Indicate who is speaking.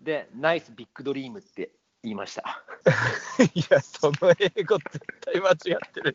Speaker 1: で、ナイスビッグドリームって言いました。
Speaker 2: いや、その英語絶対間違ってる。